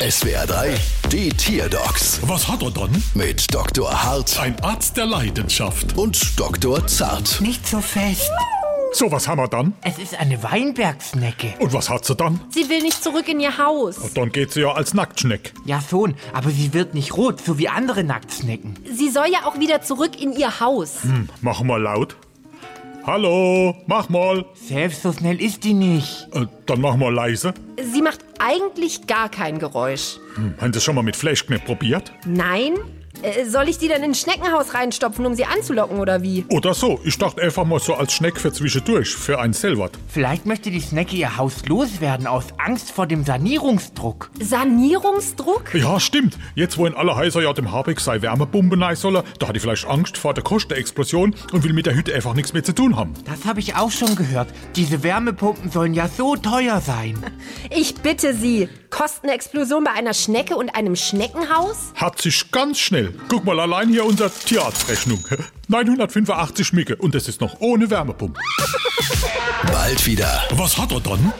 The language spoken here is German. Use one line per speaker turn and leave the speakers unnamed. SWR 3, die Tierdocs
Was hat er dann?
mit Dr. Hart
Ein Arzt der Leidenschaft.
und Dr. Zart.
Nicht so fest.
So, was haben wir dann?
Es ist eine Weinbergsnecke.
Und was hat sie dann?
Sie will nicht zurück in ihr Haus.
Dann geht sie ja als Nacktschneck.
Ja schon, aber sie wird nicht rot, so wie andere Nacktsnecken.
Sie soll ja auch wieder zurück in ihr Haus.
Mach mal laut. Hallo, mach mal.
Selbst so schnell ist die nicht.
Äh, dann mach mal leise.
Sie macht eigentlich gar kein Geräusch.
Hm, haben Sie schon mal mit Fleischknepp probiert?
Nein? Äh, Soll ich die dann ins Schneckenhaus reinstopfen, um sie anzulocken oder wie?
Oder so. Ich dachte einfach mal so als Schneck für zwischendurch, für einen Silbert.
Vielleicht möchte die Snecke ihr Haus loswerden aus Angst vor dem Sanierungsdruck.
Sanierungsdruck?
Ja, stimmt. Jetzt, wo in aller Häuser ja dem Habeck sei Wärmebomben rein soll, da hat die vielleicht Angst vor der Kostenexplosion und will mit der Hütte einfach nichts mehr zu tun haben.
Das habe ich auch schon gehört. Diese Wärmepumpen sollen ja so teuer sein.
Ich bitte Sie. Kostenexplosion bei einer Schnecke und einem Schneckenhaus?
Hat sich ganz schnell. Guck mal, allein hier unsere Tierarztrechnung. 985 Micke und das ist noch ohne Wärmepumpe.
Bald wieder.
Was hat er dann?